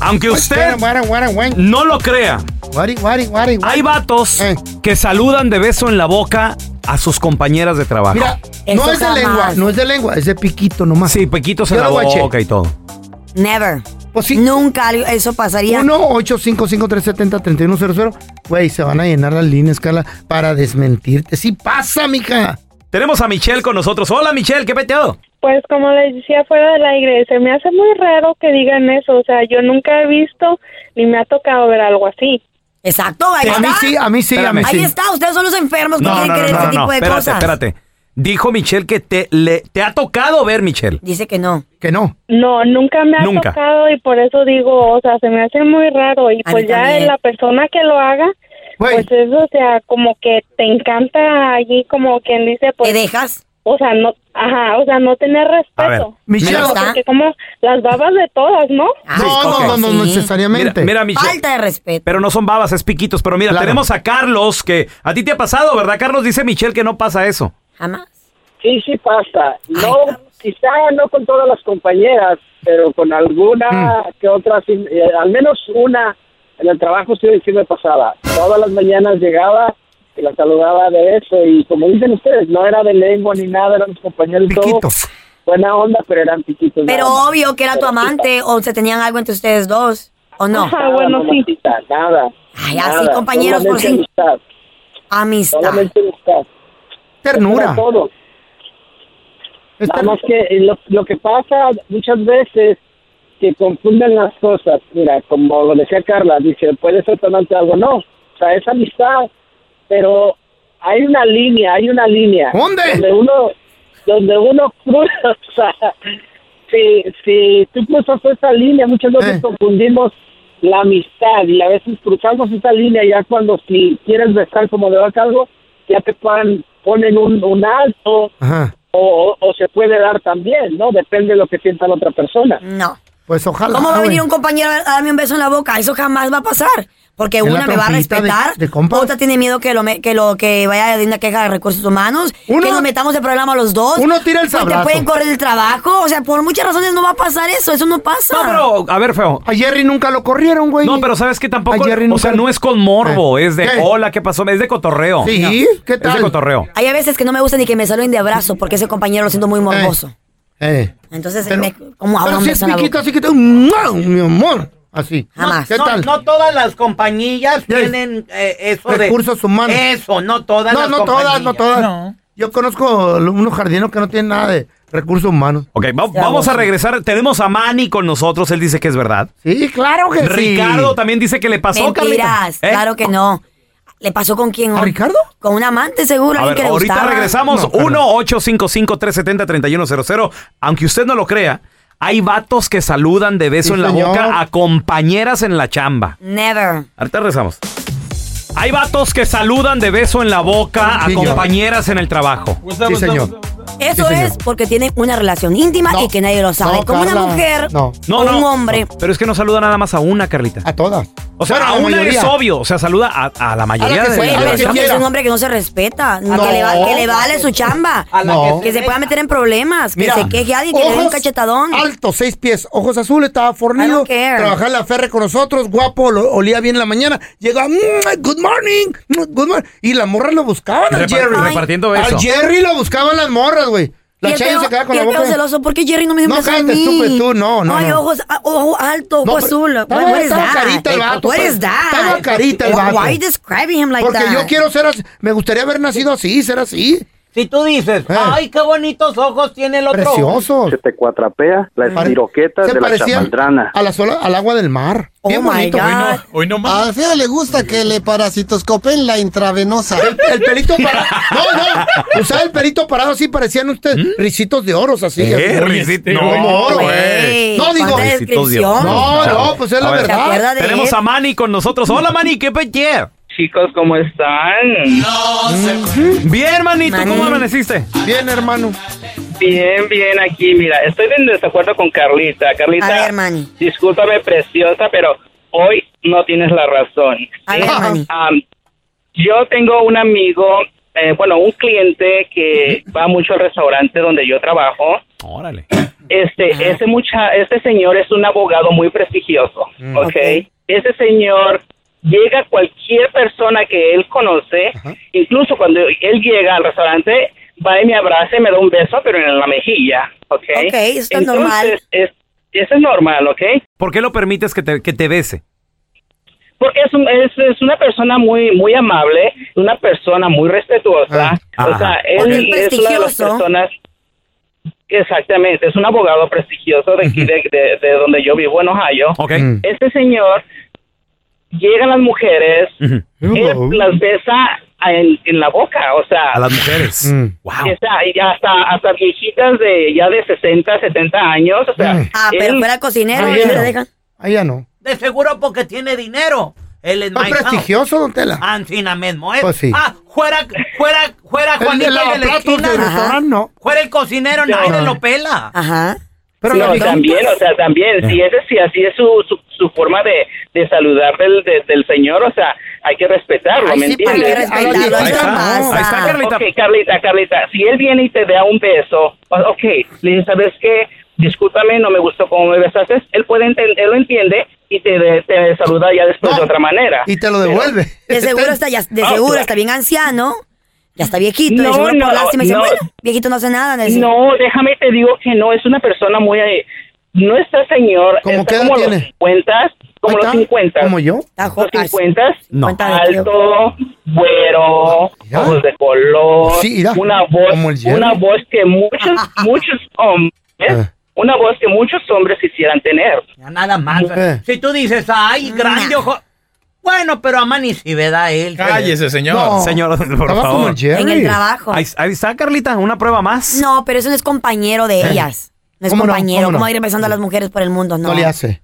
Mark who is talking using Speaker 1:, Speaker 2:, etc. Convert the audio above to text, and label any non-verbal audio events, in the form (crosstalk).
Speaker 1: Aunque usted no lo crea, hay vatos que saludan de beso en la boca a sus compañeras de trabajo.
Speaker 2: Mira, no
Speaker 3: Eso
Speaker 2: es de
Speaker 3: jamás.
Speaker 2: lengua, no es de lengua, es de piquito nomás.
Speaker 1: sí, pequitos en
Speaker 2: Yo
Speaker 1: la
Speaker 2: lo guaché.
Speaker 1: boca y todo.
Speaker 3: Never.
Speaker 2: Pues sí.
Speaker 3: Nunca algo- eso pasaría.
Speaker 2: 1-855-370-3100. Güey, se van a llenar las líneas, Carla, para desmentirte. Sí pasa, mija.
Speaker 1: Tenemos a Michelle con nosotros. Hola, Michelle, qué peteado.
Speaker 4: Pues como les decía fuera del aire, se me hace muy raro que digan eso, o sea, yo nunca he visto ni me ha tocado ver algo así.
Speaker 3: Exacto, ahí
Speaker 2: A
Speaker 3: está.
Speaker 2: mí sí, a mí sí, a mí
Speaker 1: Espérame.
Speaker 3: Ahí
Speaker 2: sí.
Speaker 3: está, ustedes son los enfermos que
Speaker 1: No, no,
Speaker 3: quieren
Speaker 1: no,
Speaker 3: creer
Speaker 1: no,
Speaker 3: ese
Speaker 1: no,
Speaker 3: tipo
Speaker 1: no,
Speaker 3: de
Speaker 1: espérate,
Speaker 3: cosas.
Speaker 1: espérate. Dijo Michelle que te, le, te ha tocado ver, Michelle.
Speaker 3: Dice que no.
Speaker 2: Que no.
Speaker 4: No, nunca me ha
Speaker 1: Nunca.
Speaker 4: tocado y por eso digo, o sea, se me hace muy raro y
Speaker 3: A mí
Speaker 4: pues ya
Speaker 3: también.
Speaker 4: la persona que lo haga,
Speaker 2: Güey,
Speaker 4: pues eso, o sea, como que te encanta allí como quien dice,
Speaker 3: ¿Te
Speaker 4: pues,
Speaker 3: dejas?
Speaker 4: o sea, no, ajá, o sea, no tener
Speaker 1: A ver,
Speaker 4: respeto.
Speaker 2: Michelle.
Speaker 3: Mira,
Speaker 4: Porque como las babas de todas, ¿no?
Speaker 3: Ah,
Speaker 2: no,
Speaker 3: sí,
Speaker 2: no, no, no,
Speaker 3: sí.
Speaker 1: Mira,
Speaker 2: necesariamente.
Speaker 1: mira, Michelle.
Speaker 3: Falta de respeto.
Speaker 1: Pero no son babas, es piquitos. Pero mira,
Speaker 2: Claro.
Speaker 1: tenemos a Carlos, que a ti te ha pasado, ¿verdad? Carlos dice Michelle que no pasa eso.
Speaker 3: Jamás.
Speaker 5: Sí, sí pasa.
Speaker 3: Ay,
Speaker 5: No, quizá no con todas las compañeras, pero con alguna que otra, sí, eh, al menos una en el trabajo sí, sí me pasaba. Todas las mañanas llegaba y la saludaba de eso y como dicen ustedes, no era de lengua ni nada, eran mis compañeros y todo.
Speaker 2: Piquito.
Speaker 5: Buena onda, pero eran piquitos.
Speaker 3: Pero
Speaker 5: nada más.
Speaker 3: obvio que era tu
Speaker 5: Pero sí
Speaker 3: amante o se tenían algo entre ustedes dos. ¿O no?
Speaker 4: Ajá. Ah,
Speaker 5: Nada,
Speaker 4: bueno, sí.
Speaker 5: mamacita, Nada.
Speaker 3: Ay, así, compañeros, por Ah.
Speaker 5: solamente
Speaker 3: sí.
Speaker 5: amistad,
Speaker 3: Amistad.
Speaker 5: solamente amistad. Era
Speaker 2: Ternura.
Speaker 5: todo.
Speaker 2: Es
Speaker 5: Nada
Speaker 2: ternura.
Speaker 5: más que eh, lo, lo que pasa muchas veces que confunden las cosas. Mira, como lo decía Carla, dice, puede ser tonante algo. No, o sea, es amistad, pero hay una línea, hay una línea.
Speaker 2: ¿Dónde?
Speaker 5: Donde uno, donde uno cruza, (laughs) o sea, si, si tú cruzas esa línea, muchas veces
Speaker 2: Eh.
Speaker 5: confundimos la amistad y a veces cruzamos esa línea ya cuando si quieres besar como de algo, ya te pon- ponen un, un alto
Speaker 2: Ajá.
Speaker 5: o, o se puede dar también, ¿no? Depende de lo que sienta la otra persona.
Speaker 3: No.
Speaker 2: Pues ojalá.
Speaker 3: ¿Cómo va a
Speaker 2: güey.
Speaker 3: venir un compañero a darme un beso en la boca? Eso jamás va a pasar. Porque
Speaker 2: En la
Speaker 3: una me va a
Speaker 2: trompita de-
Speaker 3: respetar,
Speaker 2: de compas.
Speaker 3: otra tiene miedo que lo, me- que lo que vaya de una queja de recursos humanos,
Speaker 2: Uno-
Speaker 3: que nos metamos el programa los dos.
Speaker 2: uno tira el
Speaker 3: pues
Speaker 2: sablazo.
Speaker 3: Te pueden correr el trabajo, o sea, por muchas razones no va a pasar eso, eso no pasa.
Speaker 1: No, pero, a ver, feo.
Speaker 2: A Jerry nunca lo corrieron, güey.
Speaker 1: No, pero sabes que tampoco.
Speaker 2: A Jerry
Speaker 1: O
Speaker 2: nunca-
Speaker 1: sea, no es con morbo,
Speaker 2: Eh.
Speaker 1: es de
Speaker 2: ¿Qué?
Speaker 1: hola, ¿qué pasó? Es de cotorreo.
Speaker 2: Sí,
Speaker 1: No.
Speaker 2: ¿qué
Speaker 1: Es
Speaker 2: tal?
Speaker 1: de cotorreo.
Speaker 3: Hay a veces que no me gusta ni que me saluden de abrazo porque ese compañero lo siento muy morboso.
Speaker 2: Eh.
Speaker 3: Entonces,
Speaker 2: Pero,
Speaker 3: me, ¿cómo
Speaker 2: pero
Speaker 3: habrá un
Speaker 2: si es
Speaker 3: beso en la
Speaker 2: piquito,
Speaker 3: boca?
Speaker 2: así que te... ¡Mua! Mi amor. Así.
Speaker 3: Jamás.
Speaker 2: ¿Qué tal?
Speaker 6: todas las compañías
Speaker 2: Sí.
Speaker 6: tienen eh, eso de...
Speaker 2: Recursos humanos.
Speaker 6: Eso, no todas
Speaker 2: No,
Speaker 6: las
Speaker 2: no todas, no
Speaker 6: compañías.
Speaker 2: todas. Yo conozco unos jardineros que no tienen nada de recursos humanos.
Speaker 1: Ok, va- vamos a regresar. Tenemos a Manny con nosotros, él dice que es verdad.
Speaker 2: Sí, claro que sí.
Speaker 1: Ricardo también dice que le pasó,
Speaker 3: Mentiras,
Speaker 1: Carlita. ¿Eh?
Speaker 3: claro que no. ¿Le pasó con quién?
Speaker 2: ¿A Ricardo?
Speaker 3: Con un amante seguro.
Speaker 1: A
Speaker 3: alguien
Speaker 1: ver,
Speaker 3: que le
Speaker 1: ahorita
Speaker 3: gustaba.
Speaker 1: regresamos.
Speaker 2: No, Carla.
Speaker 1: 1-855-370-3100. Aunque usted no lo crea, hay vatos que saludan de beso
Speaker 2: Sí,
Speaker 1: en la
Speaker 2: señor.
Speaker 1: boca a compañeras en la chamba.
Speaker 3: Never.
Speaker 1: Ahorita regresamos. Hay vatos que saludan de beso en la boca a
Speaker 2: Sí, yo.
Speaker 1: compañeras en el trabajo.
Speaker 2: Sí, señor.
Speaker 3: Eso
Speaker 2: Sí, señor.
Speaker 3: es porque tienen una relación íntima
Speaker 2: No.
Speaker 3: y que nadie lo sabe.
Speaker 2: No,
Speaker 3: Como una
Speaker 2: Carla,
Speaker 3: mujer
Speaker 2: no.
Speaker 1: No,
Speaker 3: o
Speaker 1: no.
Speaker 3: un hombre.
Speaker 1: Pero es que no saluda nada más a una, Carlita.
Speaker 2: A todas.
Speaker 1: O sea,
Speaker 2: Bueno,
Speaker 1: a
Speaker 2: la
Speaker 1: una
Speaker 2: mayoría.
Speaker 1: es obvio. O sea, saluda a, a la mayoría
Speaker 2: que
Speaker 1: de,
Speaker 2: sea,
Speaker 1: de
Speaker 3: Güey,
Speaker 2: a
Speaker 1: las
Speaker 2: la
Speaker 3: pero
Speaker 2: que
Speaker 1: chavas.
Speaker 3: ese hombre es
Speaker 2: quiera.
Speaker 3: un hombre que no se respeta,
Speaker 2: No.
Speaker 3: que, le va- que le vale su chamba,
Speaker 6: A la
Speaker 2: No.
Speaker 3: que se pueda meter en problemas,
Speaker 2: Mira,
Speaker 3: que se queje a alguien, que le dé un
Speaker 2: ojos
Speaker 3: cachetadón.
Speaker 2: Alto, seis pies, ojos azules, estaba
Speaker 3: I
Speaker 2: fornido.
Speaker 3: don't care.
Speaker 2: Trabajaba en la ferre con nosotros, guapo, lo- olía bien en la mañana. Llegaba, "Mm, good morning, mm, good morning. Y las morras lo buscaban al
Speaker 1: Repart-
Speaker 2: Jerry.
Speaker 1: repartiendo beso.
Speaker 2: Al Jerry lo buscaban las morras, güey.
Speaker 3: Y
Speaker 2: La
Speaker 3: el
Speaker 2: Chayo
Speaker 3: feo-
Speaker 2: se quedaba con
Speaker 3: y
Speaker 2: la
Speaker 3: el
Speaker 2: boca.
Speaker 3: feo celoso, ¿por qué Jerry no me dio
Speaker 2: No,
Speaker 3: un beso a
Speaker 2: cállate,
Speaker 3: mí?
Speaker 2: estúpido, tú, no, no,
Speaker 3: Ay,
Speaker 2: no.
Speaker 3: ojos, ah, ojo alto, ojo
Speaker 2: No, pero-
Speaker 3: azul.
Speaker 2: estaba-
Speaker 3: What is
Speaker 2: estaba
Speaker 3: that?
Speaker 2: carita el vato,
Speaker 3: What
Speaker 2: pero-
Speaker 3: is that?
Speaker 2: estaba carita el
Speaker 3: Why-
Speaker 2: vato.
Speaker 3: Why you describing him like
Speaker 2: Porque
Speaker 3: that?
Speaker 2: yo quiero ser así. Me gustaría haber nacido así, ser así.
Speaker 6: Si tú dices,
Speaker 2: Eh.
Speaker 6: ay, qué bonitos ojos tiene el otro.
Speaker 2: Precioso.
Speaker 7: se te cuatrapea la
Speaker 2: Pare-
Speaker 7: espiroqueta
Speaker 2: se
Speaker 7: de la
Speaker 2: parecía
Speaker 7: chamaldrana.
Speaker 2: A la sola, al agua del mar.
Speaker 3: Oh
Speaker 2: Bien
Speaker 3: my
Speaker 2: bonito.
Speaker 3: God. Hoy no-
Speaker 8: A Feo le gusta que le parasitoscopen la intravenosa.
Speaker 2: El, el pelito parado.
Speaker 1: (laughs)
Speaker 2: No, no. Usaba el pelito parado así, parecían ustedes risitos de oros así.
Speaker 1: ¿Mm? Eh,
Speaker 2: Así.
Speaker 1: risito.
Speaker 2: Como oro,
Speaker 3: Oh, Güey,
Speaker 2: este, No, digo-
Speaker 3: cuánta
Speaker 1: Besitos de-
Speaker 3: descripción.
Speaker 2: No, no, pues es la
Speaker 1: A ver.
Speaker 3: ¿Se
Speaker 2: verdad.
Speaker 3: acuerda de
Speaker 1: Tenemos
Speaker 3: él?
Speaker 1: a Manny con nosotros. Hola, Manny, ¿qué peche?
Speaker 9: Chicos, ¿cómo están?
Speaker 1: Bien, Manny, ¿tú cómo
Speaker 3: Manny.
Speaker 1: amaneciste?
Speaker 2: Bien, hermano.
Speaker 9: Bien, bien aquí. Mira, estoy en desacuerdo con Carlita. Carlita,
Speaker 3: A ver, Manny.
Speaker 9: discúlpame, preciosa, pero hoy no tienes la razón. Eh,
Speaker 3: A ver, Manny.
Speaker 9: Am, yo tengo un amigo eh, bueno, un cliente que va mucho al restaurante donde yo trabajo.
Speaker 1: Órale.
Speaker 9: Este, ese mucha, este señor es un abogado muy prestigioso,
Speaker 1: Mm.
Speaker 9: ¿ok? Ese señor llega a cualquier persona que él conoce, incluso cuando él llega al restaurante, va y me abraza y me da un beso, pero en la mejilla, ¿ok?
Speaker 3: Ok, esto es normal.
Speaker 9: Entonces, Es, eso es normal, ¿ok?
Speaker 1: ¿Por qué lo permites que te, que te bese?
Speaker 9: Porque es, un- es, es una persona muy muy amable, una persona muy respetuosa.
Speaker 1: Ah,
Speaker 9: o sea,
Speaker 1: ajá.
Speaker 9: él
Speaker 1: Porque es
Speaker 9: es, una de las
Speaker 1: prestigioso.
Speaker 9: personas. Exactamente, es un abogado prestigioso de aquí, de, de- de donde yo vivo, en Ohio.
Speaker 1: Mm.
Speaker 9: Este señor, llegan las mujeres, él las besa en, en la boca, o sea.
Speaker 1: A las mujeres.
Speaker 2: Mm.
Speaker 9: o sea, y hasta, hasta viejitas de ya de 60, 70 años, o sea.
Speaker 2: Eh.
Speaker 3: Ah, pero
Speaker 9: él-
Speaker 3: fuera cocinero,
Speaker 9: Ah,
Speaker 3: ya
Speaker 9: ya.
Speaker 3: te dejan.
Speaker 2: Ah, ya no.
Speaker 6: De seguro porque tiene dinero. Él es
Speaker 2: Más prestigioso, don Tela.
Speaker 1: Ah,
Speaker 6: Ancina mismo, ¿eh?
Speaker 2: Pues sí.
Speaker 6: Ah, fuera, fuera, fuera
Speaker 2: El de
Speaker 6: Juanito el de la
Speaker 2: lavaplatos
Speaker 6: esquina.
Speaker 2: del
Speaker 6: Ajá.
Speaker 2: restaurante, no.
Speaker 6: Fuera el cocinero,
Speaker 9: Ya.
Speaker 6: nadie lo pela.
Speaker 3: Ajá.
Speaker 2: Pero
Speaker 9: no,
Speaker 2: las viejitas-
Speaker 9: también, o sea, también, si
Speaker 3: Eh.
Speaker 9: ese si así es su, su, su forma de, de saludar del, de- del señor, o sea, hay que respetarlo,
Speaker 3: Ay,
Speaker 9: ¿me
Speaker 3: sí, porque
Speaker 9: entiendes?
Speaker 3: respetarlo, Ahí está, eso no pasa. ahí está, Carlita.
Speaker 9: Ok, Carlita, Carlita, si él viene y te da un beso, o- ok, le dice, ¿sabes qué? Discúlpame, no me gustó cómo me besaste, él puede entender, él lo entiende y te, de- te saluda ya después de otra manera.
Speaker 2: Y te lo
Speaker 9: Pero-
Speaker 2: devuelve. Este,
Speaker 3: De seguro está, ya, de
Speaker 9: Ah,
Speaker 3: seguro
Speaker 9: claro.
Speaker 3: está bien anciano. Ya está viejito. de
Speaker 9: No,
Speaker 3: seguro
Speaker 9: no,
Speaker 3: por lástima dice,
Speaker 9: no.
Speaker 3: bueno, viejito no hace nada. dice.
Speaker 9: No, déjame te digo que no, es una persona muy... eh, No está señor,
Speaker 2: ¿Cómo
Speaker 9: está
Speaker 2: qué edad
Speaker 9: como los
Speaker 2: tiene?
Speaker 9: 50, como los
Speaker 2: ¿Está?
Speaker 9: 50.
Speaker 2: ¿Como yo?
Speaker 3: Está jo-
Speaker 9: Los 50
Speaker 1: No.
Speaker 9: alto, güero, ojos de color,
Speaker 2: Sí, mira,
Speaker 9: una voz,
Speaker 2: como el Jerry.
Speaker 9: una voz que muchos, muchos hombres,
Speaker 2: Ah.
Speaker 9: una voz que muchos hombres quisieran tener.
Speaker 6: Ya nada más.
Speaker 2: ¿Qué?
Speaker 6: Si tú dices, ay, grande ojo. Bueno, pero a Manny si ¿verdad? Él.
Speaker 7: Cállese, señor.
Speaker 2: No.
Speaker 1: Señor, por
Speaker 2: Estaba como
Speaker 1: favor.
Speaker 2: el Jerry.
Speaker 3: En el trabajo.
Speaker 1: Ahí, ahí está, Carlita, una prueba más.
Speaker 3: No, pero eso no es compañero de ellas. No es
Speaker 2: ¿Cómo no?
Speaker 3: compañero.
Speaker 2: ¿Cómo no?
Speaker 3: ¿Cómo va a ir besando a las mujeres por el mundo? No.
Speaker 2: No le hace.